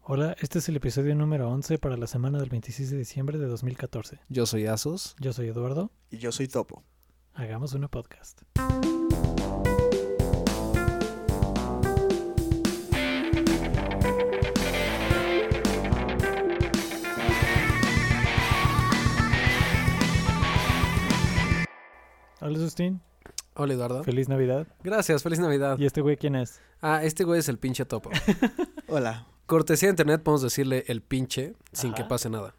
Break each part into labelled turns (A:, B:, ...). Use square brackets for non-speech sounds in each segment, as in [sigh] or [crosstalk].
A: Hola, este es el episodio número 11 para la semana del 26 de diciembre de 2014.
B: Yo soy Asos.
A: Yo soy Eduardo,
C: Y yo soy Topo.
A: hagamos una podcast. Hola Justin,
B: Hola Eduardo.
A: feliz Navidad.
B: Gracias, feliz Navidad.
A: ¿Y este güey quién es?
B: Ah, este güey es el pinche topo.
C: Hola.
B: Cortesía de internet podemos decirle el pinche sin
A: Ajá.
B: que pase nada.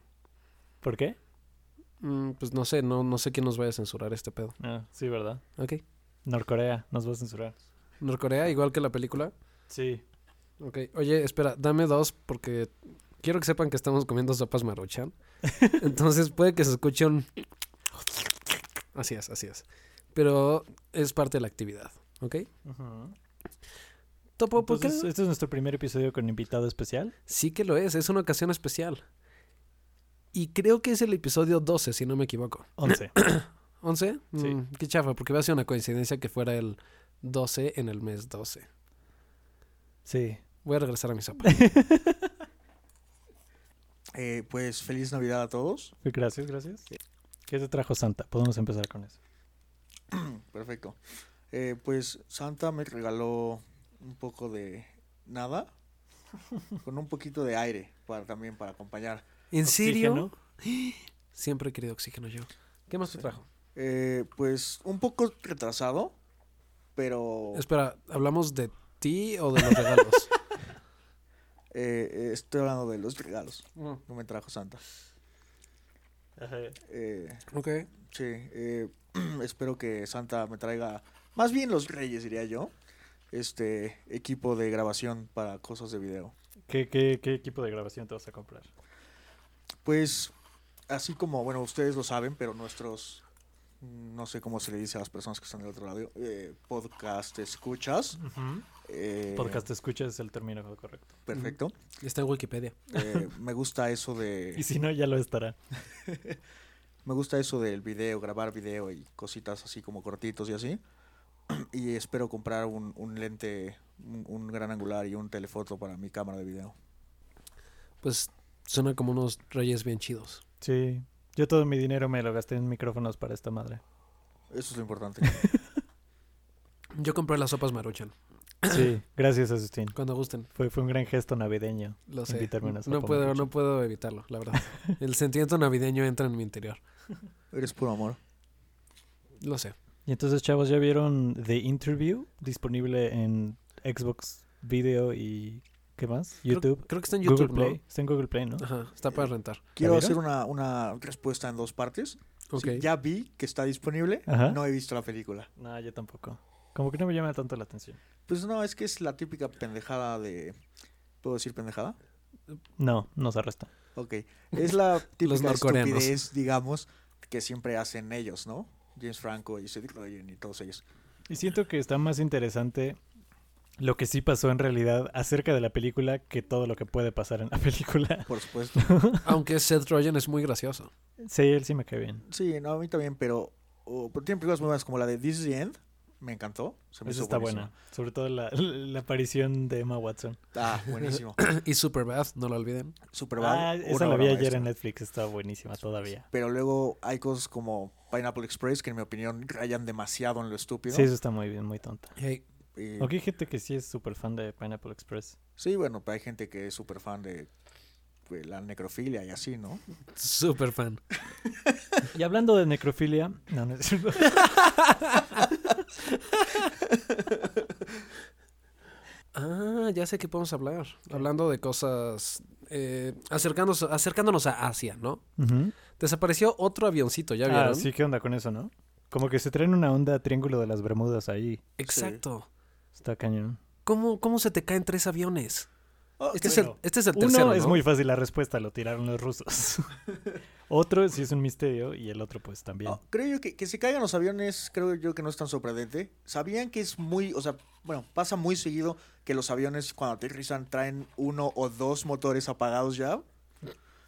A: ¿Por qué?
B: Mm, pues no sé, no, no sé quién nos vaya a censurar este pedo.
A: Ah, sí, ¿verdad?
B: Ok.
A: Norcorea, nos va a censurar.
B: Norcorea, igual que la película.
A: Sí.
B: Ok. Oye, espera, dame dos porque quiero que sepan que estamos comiendo sopas maruchan. Entonces puede que se escuche un... Así es, así es. Pero es parte de la actividad. ¿Ok? Topo, ¿por qué?
A: Entonces, este es nuestro primer episodio con invitado especial.
B: Sí que lo es, es una ocasión especial. Y creo que es el episodio 12, si no me equivoco.
A: 11.
B: ¿11?
A: Sí.
B: Mm, qué chafa, porque va a ser una coincidencia que fuera el 12 en el mes 12.
A: [coughs] sí.
B: Voy a regresar a mi sopa.
A: [laughs]
C: Eh, pues feliz Navidad a todos.
A: Gracias, gracias. ¿Qué te trajo Santa? Podemos empezar con eso.
C: Perfecto. Eh, pues Santa me regaló un poco de nada con un poquito de aire para también para acompañar.
B: ¿En
A: ¿Oxígeno?
B: serio? Siempre he querido oxígeno yo. ¿Qué más te trajo?
C: Eh, pues un poco retrasado, pero
B: Espera, ¿hablamos de ti o de
A: [laughs]
B: los regalos?
C: eh, eh, estoy hablando de los regalos que me trajo Santa. Eh,
B: ok.
C: sí, eh, [clears throat] espero que Santa me traiga, más bien los reyes diría yo, este equipo de grabación para cosas de video.
A: ¿Qué, qué, qué equipo de grabación te vas a comprar?
C: Pues, así como, bueno, ustedes lo saben, pero nuestros, mm, no sé cómo se le dice a las personas que están del otro lado, eh, podcast escuchas. eh,
A: Podcast escucha es el término correcto.
C: Perfecto.
B: Está en Wikipedia.
A: [laughs]
C: Eh, me gusta eso de,
A: Y si no, ya lo estará.
C: me gusta eso del video, grabar video y cositas así como cortitos y así. [clears throat] Y espero comprar un, un lente, un, un gran angular y un telefoto para mi cámara de video.
B: Pues suena como unos reyes bien chidos.
A: Sí. Yo todo mi dinero me lo gasté en micrófonos para esta madre.
C: Eso es
A: [laughs]
C: lo importante.
B: Yo compré las sopas maruchan.
A: [coughs] Sí. Gracias, Asustín.
B: Cuando gusten.
A: Fue, fue un gran gesto navideño.
B: Lo sé.
A: Invitarme a una
B: no
A: sopa
B: puedo,
A: maruchan.
B: no puedo evitarlo,
A: [laughs]
B: la verdad. El sentimiento navideño entra en mi interior.
C: Eres puro amor.
B: Lo sé.
A: Y entonces, chavos, ¿ya vieron The Interview? Disponible en Xbox Video y... ¿Qué más?
B: Creo-
A: YouTube.
B: Creo, que está en YouTube,
A: Google Play.
B: ¿no?
A: Está en Google Play, ¿no?
B: Ajá, está para rentar.
C: Quiero
A: vieron?
C: hacer una, una respuesta en dos partes.
B: Ok.
C: Sí,
A: [laughs]
C: ya vi que está disponible,
A: Ajá.
C: no he visto la película.
A: No, yo tampoco. Como que no me llama tanto la atención.
C: Pues no, es que es la típica pendejada de... ¿Puedo decir pendejada?
A: No, nos arrestan.
C: Ok.
A: [laughs]
C: Es la típica
B: norcoreanos.
C: estupidez, digamos, que siempre hacen ellos, ¿no? James Franco y Seth Rogen y todos ellos.
A: Y siento que está más interesante lo que sí pasó en realidad acerca de la película que todo lo que puede pasar en la [laughs] película. [laughs]
C: Por supuesto.
B: Aunque Seth Rogen es muy gracioso. [clears throat]
A: Sí, él sí me cae bien.
C: Sí, no, a mí también, pero... oh, pero tienen películas muy buenas como la de This is the End. Me encantó. Se me
A: Esa
C: hizo
A: está
C: buenísima.
A: buena. Sobre todo la, la aparición de Emma Watson. [laughs]
C: Ah, buenísimo.
B: Y Superbad, no lo olviden.
C: Superbad.
A: ah, esa la
C: una
A: vi
C: obra
A: ayer
C: maestra.
A: en Netflix. Está buenísima todavía.
C: Pero luego hay cosas como Pineapple Express que en mi opinión rayan demasiado en lo estúpido.
A: Sí, eso está muy bien, muy tonta.
B: Hey,
C: Y-
A: Aunque hay gente que sí es súper fan de Pineapple Express.
C: Sí, bueno, pero hay gente que es súper fan de pues, la necrofilia y así, ¿no?
B: super fan.
A: Y hablando de necrofilia... No, no es [laughs] cierto.
B: Ah, ya sé que podemos hablar. Hablando de cosas. eh, acercándonos, acercándonos a Asia, ¿no?
A: Ujú.
B: Desapareció otro avioncito, ¿ya vieron?
A: Ah, sí, ¿qué onda con eso, no? Como que se traen una onda triángulo de las Bermudas ahí.
B: Exacto.
A: Está cañón.
B: ¿Cómo, ¿Cómo se te caen tres aviones?
A: Oh,
B: Este, es, el,
A: bueno.
B: este es el
A: Uno
B: tercero.
A: es
B: ¿no?
A: muy fácil la respuesta, lo tiraron los rusos. [laughs] otro sí es un misterio y el otro pues también.
B: Oh,
C: Ah, creo yo que, que se caigan los aviones, creo yo que no es tan sorprendente. Sabían que es muy, o sea, bueno, pasa muy seguido que los aviones cuando aterrizan traen uno o dos motores apagados ya.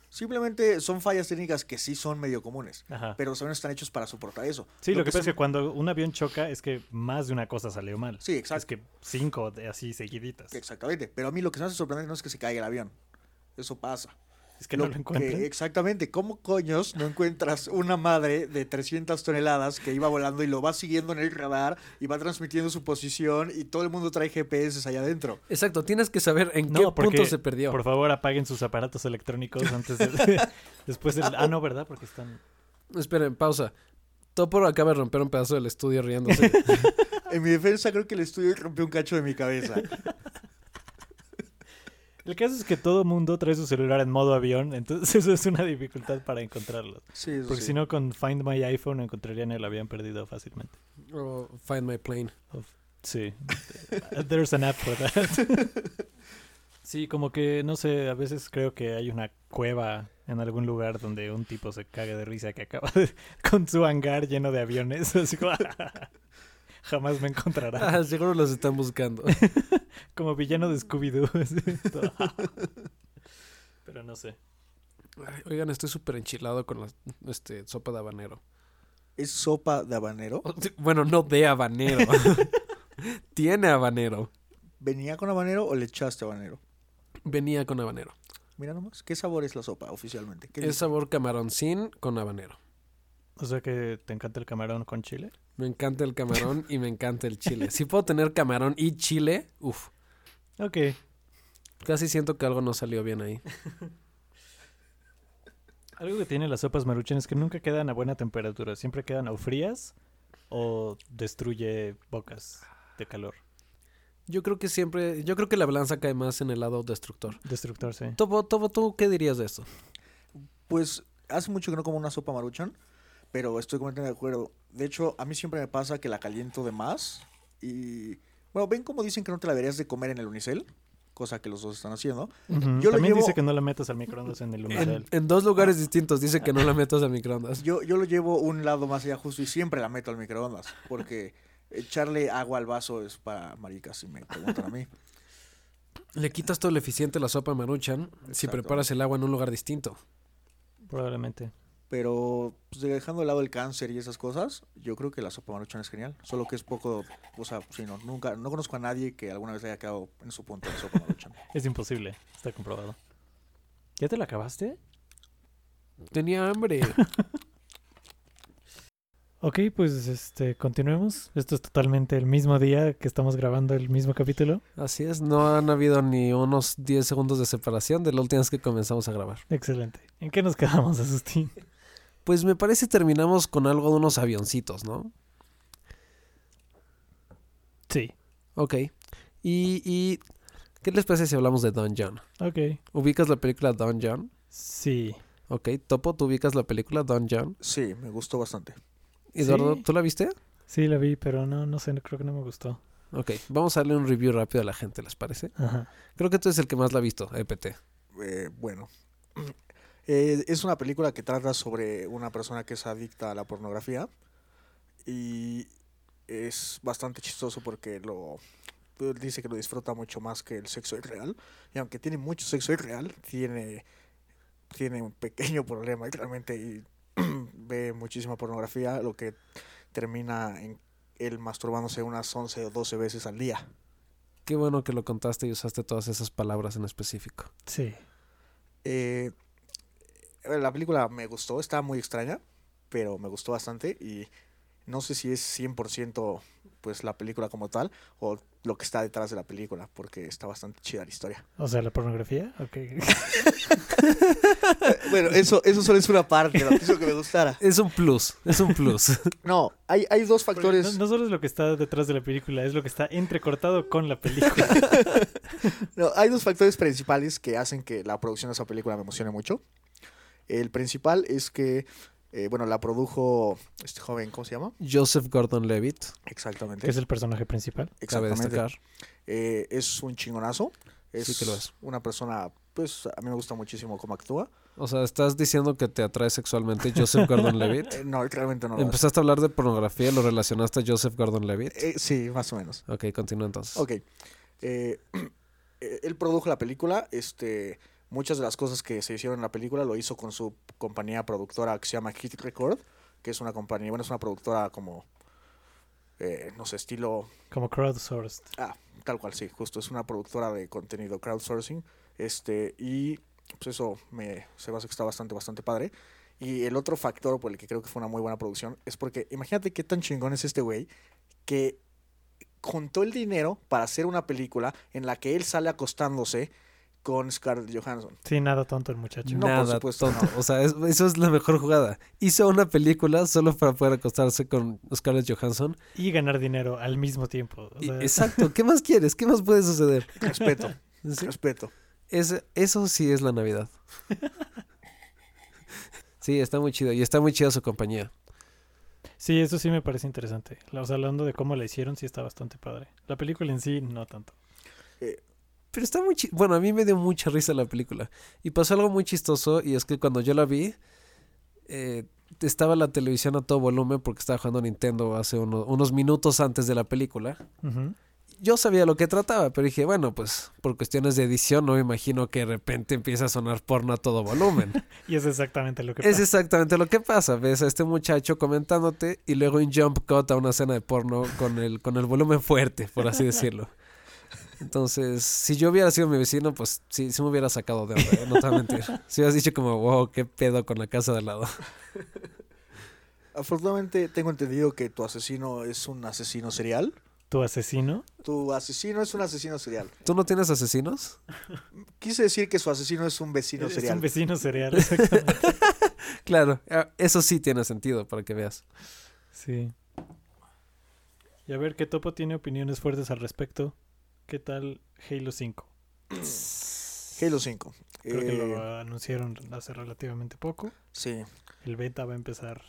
C: Simplemente son fallas técnicas que sí son medio comunes.
A: Ajá.
C: Pero los aviones están hechos para soportar eso.
A: Ah. sí, lo, que pasa es
C: son-
A: que cuando un avión choca es que más de una cosa salió mal.
C: Sí, exacto.
A: Es que cinco de así seguiditas.
C: Exactamente. Pero a mí lo que se me hace sorprendente no es que se caiga el avión. Eso pasa.
A: Es que no lo
C: que-
A: encuentran.
C: exactamente. ¿Cómo coños no encuentras una madre de 300 toneladas que iba volando y lo va siguiendo en el radar y va transmitiendo su posición y todo el mundo trae GPS allá adentro?
B: Exacto, tienes que saber en qué
A: porque,
B: punto se perdió.
A: Por favor, apaguen sus aparatos electrónicos antes
B: [laughs]
A: de. [laughs] después del. Ah, no, ¿verdad? Porque están.
B: Esperen, pausa. Topor acaba de romper un pedazo del
A: [laughs]
B: estudio riéndose.
C: En mi defensa creo que el estudio rompió un cacho de mi cabeza.
A: El caso es que todo mundo trae su celular en modo avión, [laughs] entonces eso es una dificultad para encontrarlos.
C: Sí, eso
A: Porque
C: sí.
A: si no, con Find My iPhone encontrarían el avión perdido fácilmente.
B: o Oh, find my plane.
C: [laughs]
A: Sí. There's an app for that. Sí, como que, no sé, a veces creo que hay una cueva en algún lugar donde un tipo se caga de risa que acaba de- [laughs] con su hangar lleno de aviones. [laughs] Así como, jamás me encontrará.
B: Ah, seguro los están buscando. [laughs]
A: Como villano de Scooby-Doo. [laughs] así,
C: [laughs]
A: todo. Pero no sé.
B: Ay, Oigan, estoy súper enchilado con la este, sopa de habanero. [laughs]
C: ¿Es sopa de habanero?
B: Bueno, no de habanero. [laughs] Tiene habanero.
C: ¿Venía con habanero o le echaste habanero?
B: Venía con habanero.
C: Mira nomás, ¿qué sabor es la sopa oficialmente? ¿Qué
B: Es
C: dice?
B: sabor camarón sin con habanero.
A: O sea que te encanta el camarón con chile.
B: Me encanta el camarón y me encanta el chile. Si puedo tener camarón y chile, uff.
A: Ok.
B: Casi siento que algo no salió bien ahí.
A: Algo que tienen las sopas maruchan es que nunca quedan a buena temperatura. Siempre quedan o frías o destruye bocas de calor.
B: Yo creo que siempre, yo creo que la balanza cae más en el lado destructor.
A: Destructor, sí.
B: Tobo, Tobo, ¿tú qué dirías de esto?
C: Pues hace mucho que no como una sopa maruchan, pero estoy completamente de acuerdo. De hecho, a mí siempre me pasa que la caliento de más y... Bueno, ven como dicen que no te la deberías de comer en el unicel, cosa que los dos están haciendo.
A: Ujú.
C: Yo lo
A: También dice
C: llevo-
A: que no la metas al microondas en el
B: En,
A: unicel.
B: en dos lugares distintos dice que no la metas a microondas.
C: Yo, yo lo llevo un lado más allá justo y siempre la meto al microondas, porque [laughs] echarle agua al vaso es para maricas, si me preguntan a mí.
B: Le quitas todo el eficiente a la sopa maruchan si
C: Exacto.
B: preparas el agua en un lugar distinto.
A: Probablemente.
C: Pero pues, dejando de lado el cáncer y esas cosas, yo creo que la sopa maruchan es genial. Solo que es poco, o sea, sí, no, nunca, no conozco a nadie que alguna vez haya quedado en su punto de sopa maruchan.
A: Es imposible. Está comprobado. ¿Ya te la acabaste?
B: Tenía hambre.
A: Ok, pues este, continuemos. Esto es totalmente el mismo día que estamos grabando el mismo capítulo.
B: Así es, no han habido ni unos 10 segundos de separación de la última vez que comenzamos a grabar.
A: Excelente. ¿En qué nos quedamos, Asustín?
B: Pues me parece terminamos con algo de unos avioncitos, ¿no?
A: Sí.
B: Ok. Y, y ¿qué les parece si hablamos de Don John?
A: Ok.
B: ¿Ubicas la película Don John?
A: Sí.
B: Ok, Topo, ¿tú ubicas la película Don John?
C: Sí, me gustó bastante.
B: Eduardo,
A: Sí.
B: ¿tú la viste?
A: Sí, la vi, pero no, no sé, no- creo que no me gustó.
B: Ok, vamos a darle un review rápido a la gente, ¿les parece?
A: Ajá.
B: Creo que tú eres el que más la ha visto, E EPT.
C: Eh, bueno, [clears throat] Eh, es una película que trata sobre una persona que es adicta a la pornografía y es bastante chistoso porque lo dice que lo disfruta mucho más que el sexo irreal y aunque tiene mucho sexo irreal tiene tiene un pequeño [laughs] problema realmente y [clears throat] ve muchísima pornografía lo que termina en él masturbándose unas 11 o 12 veces al día.
B: Qué bueno que lo contaste y usaste todas esas palabras en específico.
A: Sí.
C: Eh, la película me gustó, está muy extraña, pero me gustó bastante y no sé si es 100% pues la película como tal o lo que está detrás de la película, porque está bastante chida la historia.
A: O sea, la pornografía. Ok.
C: Bueno, eso, eso solo es una parte, lo que hizo que me gustara.
B: Es un plus, es un
C: [laughs]
B: plus.
C: No, hay, hay dos
A: Porque [laughs]
C: factores.
A: No, no solo es lo que está detrás de la película, es lo que está entrecortado con la película.
C: No, hay dos factores principales que hacen que la producción de esa película me emocione mucho. El principal es que, eh, bueno, la produjo este joven, ¿cómo se llama?
B: Joseph Gordon-Levitt,
A: [laughs]
C: Exactamente.
A: que es el personaje principal.
B: cabe
C: Exactamente.
B: destacar.
C: Eh, es un chingonazo. Es
B: Sí que lo es.
C: una persona, pues a mí me gusta muchísimo cómo actúa.
B: O sea, ¿estás diciendo que te atrae sexualmente
C: [laughs]
B: Joseph Gordon-Levitt?
C: Eh, no, realmente no lo es.
B: Empezaste a hablar de pornografía y lo relacionaste a Joseph Gordon-Levitt.
C: Eh, sí, más o menos.
B: Ok, continúa entonces.
C: Ok. [clears throat] Eh, eh, él produjo la película. Este, muchas de las cosas que se hicieron en la película lo hizo con su compañía productora que se llama Hit Record, que es una compañía, bueno, es una productora como, eh, no sé, estilo
A: Como crowdsourced.
C: Ah, tal cual, sí, justo. Es una productora de contenido crowdsourcing. Este, y Pues eso me, se basa que está bastante, bastante padre. Y el otro factor por el que creo que fue una muy buena producción es porque imagínate qué tan chingón es este güey que juntó el dinero para hacer una película en la que él sale acostándose con Scarlett Johansson.
A: Sí, nada tonto el muchacho.
C: No, por
B: Nada,
C: supuesto,
B: tonto. O sea, es- eso es la mejor jugada. Hizo una película solo para poder acostarse con Scarlett Johansson.
A: Y ganar dinero al mismo tiempo. O
B: Y-
A: sea,
B: exacto. ¿Qué más quieres? ¿Qué más puede
C: [laughs]
B: suceder?
C: Respeto,
B: Sí.
C: respeto.
B: Es- eso sí es la
C: [laughs]
B: Navidad. Sí, está muy chido. Y está muy chida su compañía.
A: Sí, eso sí me parece interesante. La- O sea, hablando de cómo la hicieron, sí está bastante padre. La película en sí, no tanto.
B: Pero está muy chi- Bueno, a mí me dio mucha risa la película. Y pasó algo muy chistoso y es que cuando yo la vi, eh, estaba la televisión a todo volumen porque estaba jugando Nintendo hace uno- unos minutos antes de la película.
A: Ujú.
B: Yo sabía lo que trataba, pero dije, bueno, pues por cuestiones de edición no me imagino que de repente empieza a sonar porno a todo volumen.
A: Y es exactamente lo que
B: es
A: pasa.
B: exactamente lo que pasa, ves a este muchacho comentándote y luego un jump cut a una escena de porno con el, con el volumen fuerte, por así decirlo. Entonces, si yo hubiera sido mi vecino, pues sí, sí me hubiera sacado de onda, ¿eh? no te voy a mentir. Si hubieras dicho como, wow, qué pedo con la casa de al lado.
C: Afortunadamente tengo entendido que tu asesino es un asesino serial.
A: Tu asesino.
C: Tu asesino es un asesino serial.
B: ¿Tú no tienes asesinos?
C: Quise decir que su asesino es un vecino
A: es
C: serial.
A: un vecino cereal, [laughs] exactamente.
B: Claro, ah, eso sí tiene sentido, para que veas.
A: sí. Y a ver, ¿qué topo tiene opiniones fuertes al respecto? ¿Qué tal Halo 5?
C: Halo 5.
A: Creo que
C: Eh,
A: lo anunciaron hace relativamente poco.
C: Sí,
A: El beta va a empezar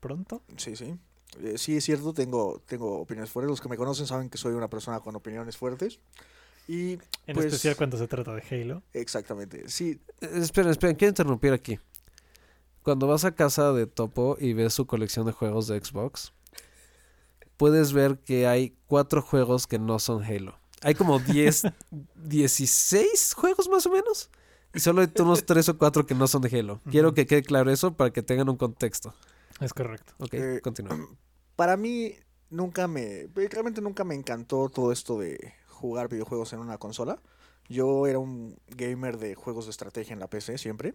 A: pronto.
C: sí, sí. Eh, sí, es cierto, tengo, tengo opiniones fuertes. Los que me conocen saben que soy una persona con opiniones fuertes. Y
A: En
C: Pues-
A: especial cuando se trata de Halo.
C: exactamente, sí,
B: Eh, Esperen, esperen, quiero interrumpir aquí. Cuando vas a casa de Topo y ves su colección de juegos de Xbox, puedes ver que hay cuatro juegos que no son Halo. Hay como 10,
A: [laughs]
B: 16 juegos más o menos. Y solo hay
A: [laughs]
B: unos 3 o 4 que no son de Halo. Quiero
A: Ujú.
B: que quede claro eso para que tengan un contexto.
A: Es correcto.
B: Ok,
C: Eh,
A: [clears throat]
B: continúa.
C: para mí nunca me eh, realmente nunca me encantó todo esto de jugar videojuegos en una consola. Yo era un gamer de juegos de estrategia en la PC siempre.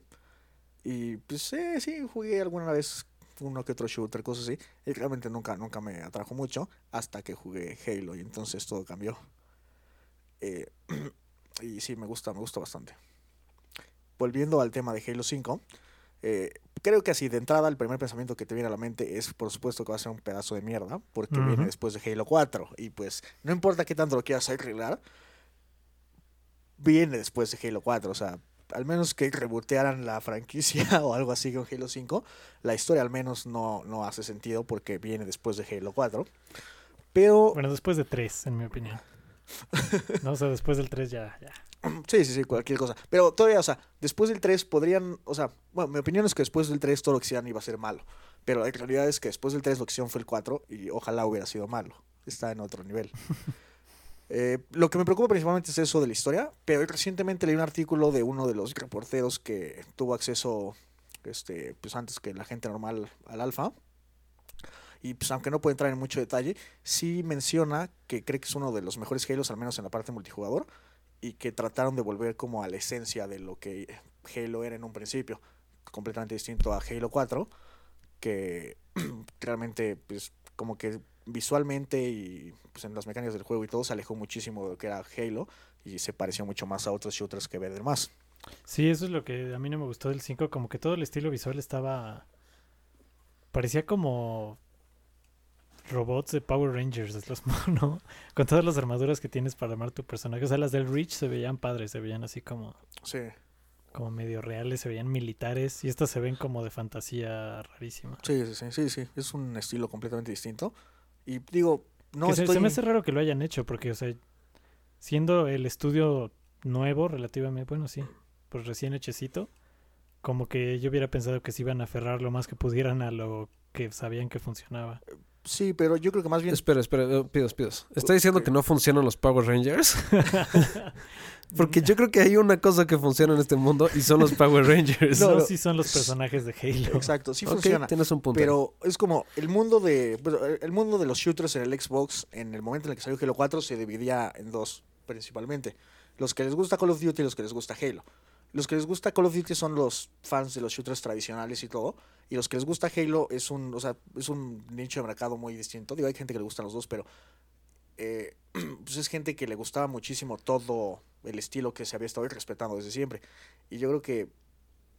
C: Y pues eh, sí, jugué alguna vez uno que otro shooter, cosas así. Y realmente nunca, nunca me atrajo mucho hasta que jugué Halo y entonces todo cambió. Eh, [clears throat] y sí, me gusta, me gusta bastante. Volviendo al tema de Halo 5, eh, creo que así de entrada el primer pensamiento que te viene a la mente es por supuesto que va a ser un pedazo de mierda porque
A: Ujú.
C: viene después de Halo 4 y pues no importa qué tanto lo quieras arreglar, viene después de Halo 4, o sea, al menos que rebotearan la franquicia [laughs] o algo así con Halo 5, la historia al menos no, no hace sentido porque viene después de Halo 4. Pero
A: Bueno, después de 3, en mi opinión. No, o sea, después del 3 ya, ya.
C: Sí, sí, sí, cualquier cosa. Pero todavía, o sea, después del 3 podrían, o sea, bueno, mi opinión es que después del 3 todo lo que hicieran iba a ser malo. Pero la realidad es que después del 3 lo que hicieron fue el 4 y ojalá hubiera sido malo. Está en otro nivel. Eh, lo que me preocupa principalmente es eso de la historia, pero recientemente leí un artículo de uno de los reporteros que tuvo acceso, este, pues antes que la gente normal al alfa. Y pues aunque no puede entrar en mucho detalle, sí menciona que cree que es uno de los mejores Halos, al menos en la parte multijugador y que trataron de volver como a la esencia de lo que Halo era en un principio, completamente distinto a Halo 4, que [clears throat] realmente pues como que visualmente y pues en las mecánicas del juego y todo se alejó muchísimo de lo que era Halo y se pareció mucho más a otros shooters que ver demás.
A: Sí, eso es lo que a mí no me gustó del 5, como que todo el estilo visual estaba... Parecía como robots de Power Rangers, los [laughs] monos, con todas las armaduras que tienes para armar tu personaje. O sea, las del Reach se veían padres, se veían así como,
C: Sí,
A: como medio reales, se veían militares, y estas se ven como de fantasía rarísima.
C: sí, sí, sí, sí, sí, es un estilo completamente distinto y digo, no
A: Que se-
C: estoy
A: se, me hace raro que lo hayan hecho, porque, o sea, siendo el estudio nuevo, relativamente, bueno, sí, pues recién hechecito, como que yo hubiera pensado que se iban a aferrar lo más que pudieran a lo que sabían que funcionaba.
C: Sí, pero yo creo que más bien
B: Espera, espera, eh, pidos, pidos. ¿Está diciendo
C: Ok.
B: que no funcionan los Power
A: [laughs]
B: Rangers? [laughs] Porque yo creo que hay una cosa que funciona en este mundo y son los Power Rangers.
A: [laughs] No,
C: no.
A: sí son los personajes de Halo.
C: Exacto, sí
B: Ok,
C: funciona.
B: tienes un punto.
C: Pero es como el mundo de bueno, el mundo de los shooters en el Xbox en el momento en el que salió Halo 4 se dividía en dos principalmente, los que les gusta Call of Duty y los que les gusta Halo. Los que les gusta Call of Duty son los fans de los shooters tradicionales y todo. Y los que les gusta Halo es un, o sea, es un nicho de mercado muy distinto. Digo, hay gente que le gustan los dos, pero eh, [clears throat] pues es gente que le gustaba muchísimo todo el estilo que se había estado respetando desde siempre. Y yo creo que,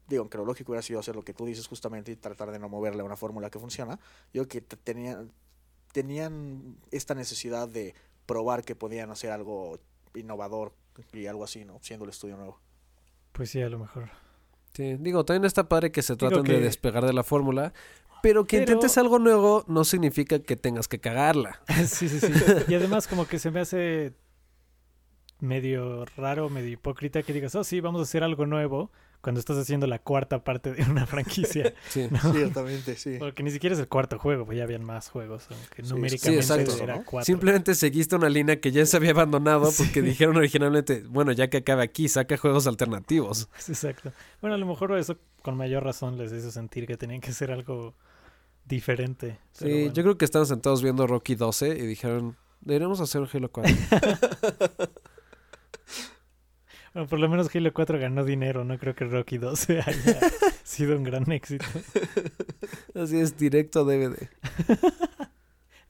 C: digo, aunque lo lógico hubiera sido hacer lo que tú dices justamente y tratar de no moverle a una fórmula que funciona, yo creo que te- tenían, tenían esta necesidad de probar que podían hacer algo innovador y algo así, ¿no? Siendo el estudio nuevo.
A: Pues sí, a lo
C: [laughs]
A: mejor.
B: Sí, digo, también está padre que se
A: Digo
B: traten de
A: que-
B: despegar de la fórmula, pero que
A: Pero-
B: intentes algo nuevo no significa que tengas que cagarla.
A: sí, sí, sí. Y además como que se me hace medio raro, medio hipócrita que digas, oh sí, vamos a hacer algo nuevo cuando estás haciendo la cuarta parte de una franquicia.
B: [laughs] Sí.
C: Ciertamente, [laughs] sí.
A: Porque ni siquiera es el cuarto juego, pues ya habían más juegos, aunque
C: Sí,
A: numéricamente
B: sí, exacto,
A: era
C: ¿no?
A: cuatro.
B: Simplemente seguiste una línea que ya se había abandonado porque
A: Sí.
B: dijeron originalmente, bueno, ya que acabe aquí, saca juegos alternativos.
A: [laughs] Exacto. Bueno, a lo mejor eso con mayor razón les hizo sentir que tenían que hacer algo diferente.
B: Sí,
A: pero bueno.
B: yo creo que estaban sentados viendo Rocky 12 y dijeron, deberíamos hacer un Halo 4.
A: Bueno, por lo menos Halo 4 ganó dinero, no creo que Rocky 12 [laughs] haya sido un gran éxito. [laughs]
B: [laughs] Así es, directo a DVD.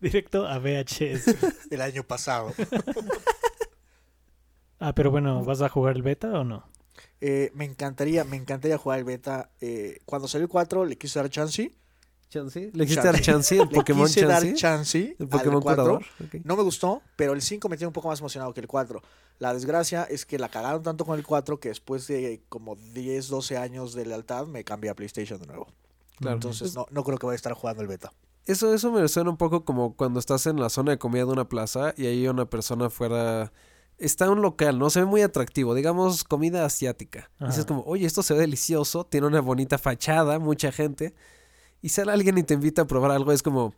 A: Directo a VHS.
C: El año pasado.
A: Ah, pero bueno, ¿vas a jugar el beta o no?
C: Eh, me encantaría, me encantaría jugar el beta. Eh, cuando salió el 4 le quise dar chance.
B: ¿Chansey? ¿Le quisiste dar Chansey? ¿El
C: Le
B: Pokémon
C: quise
B: Chansey?
C: dar chance.
B: ¿El
C: al
B: Pokémon
C: 4.
B: curador? Ok.
C: No me gustó, pero el 5 me tiene un poco más emocionado que el 4. La desgracia es que la cagaron tanto con el 4 que después de como 10, 12 años de lealtad me cambié a PlayStation de nuevo.
B: Claro.
C: Entonces no, no creo que vaya a estar jugando el beta.
B: Eso, eso me suena un poco como cuando estás en la zona de comida de una plaza y hay una persona fuera. Está un local, ¿no? Se ve muy atractivo, digamos comida asiática. Y
A: Ajá.
B: Dices como, oye, esto se ve delicioso, tiene una bonita fachada, mucha gente. Y sale alguien y te invita a probar algo, es como,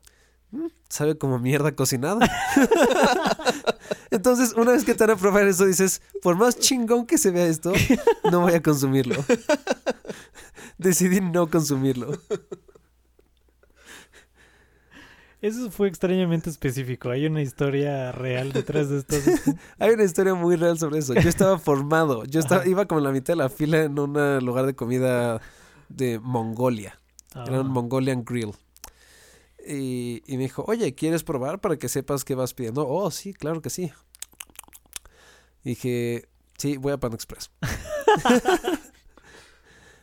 B: "Mm, sabe como mierda cocinada. [laughs] Entonces, una vez que te van a probar eso, dices, por más chingón que se vea esto, no voy a consumirlo. [laughs] Decidí no consumirlo.
A: Eso fue extrañamente específico. Hay una historia real detrás de esto.
B: Hay una historia muy real sobre eso. Yo estaba formado. Yo estaba,
A: Ajá.
B: iba como en la mitad de la fila en un lugar de comida de Mongolia.
A: Ah,
B: Era un Mongolian Grill. Y, y me dijo, oye, ¿quieres probar para que sepas qué vas pidiendo? Oh, sí, claro que sí. Y dije, sí, voy a Pan
A: [laughs]
B: Express.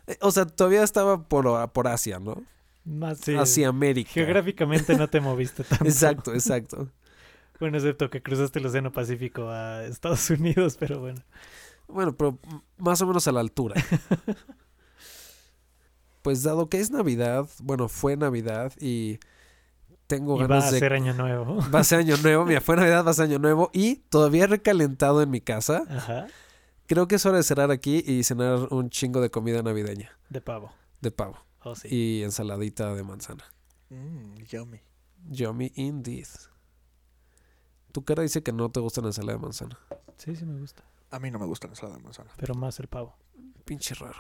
B: Eh, o sea, todavía estaba por, por Asia, ¿no?
A: más, sí,
B: Hacia América.
A: Geográficamente no te moviste tanto.
B: Exacto, exacto.
A: Bueno, excepto que cruzaste el Océano Pacífico a Estados Unidos, pero bueno.
B: Bueno, pero m- más o menos a la altura. pues dado que es Navidad, bueno, fue Navidad y tengo
A: Y va a
B: ganas de...
A: ser año nuevo.
B: [laughs]
A: [laughs]
B: Va a ser año nuevo, mira, fue Navidad, va a ser año nuevo y todavía recalentado en mi casa.
A: Ajá.
B: Creo que es hora de cerrar aquí y cenar un chingo de comida navideña,
A: De pavo.
B: de pavo
A: Oh, sí.
B: y ensaladita de manzana.
C: Mm, yummy.
B: Yummy indeed. Tu cara dice que no te gusta la ensalada de manzana.
A: Sí, sí me gusta.
C: A mí no me gusta la ensalada de manzana.
A: Pero más el pavo.
B: Pinche raro.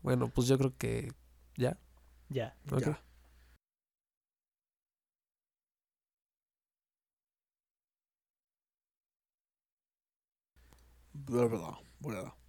B: bueno, pues yo creo que... ¿Ya?
A: Ya.
B: Ok.
C: Ya. Bla, bla, bla, bla.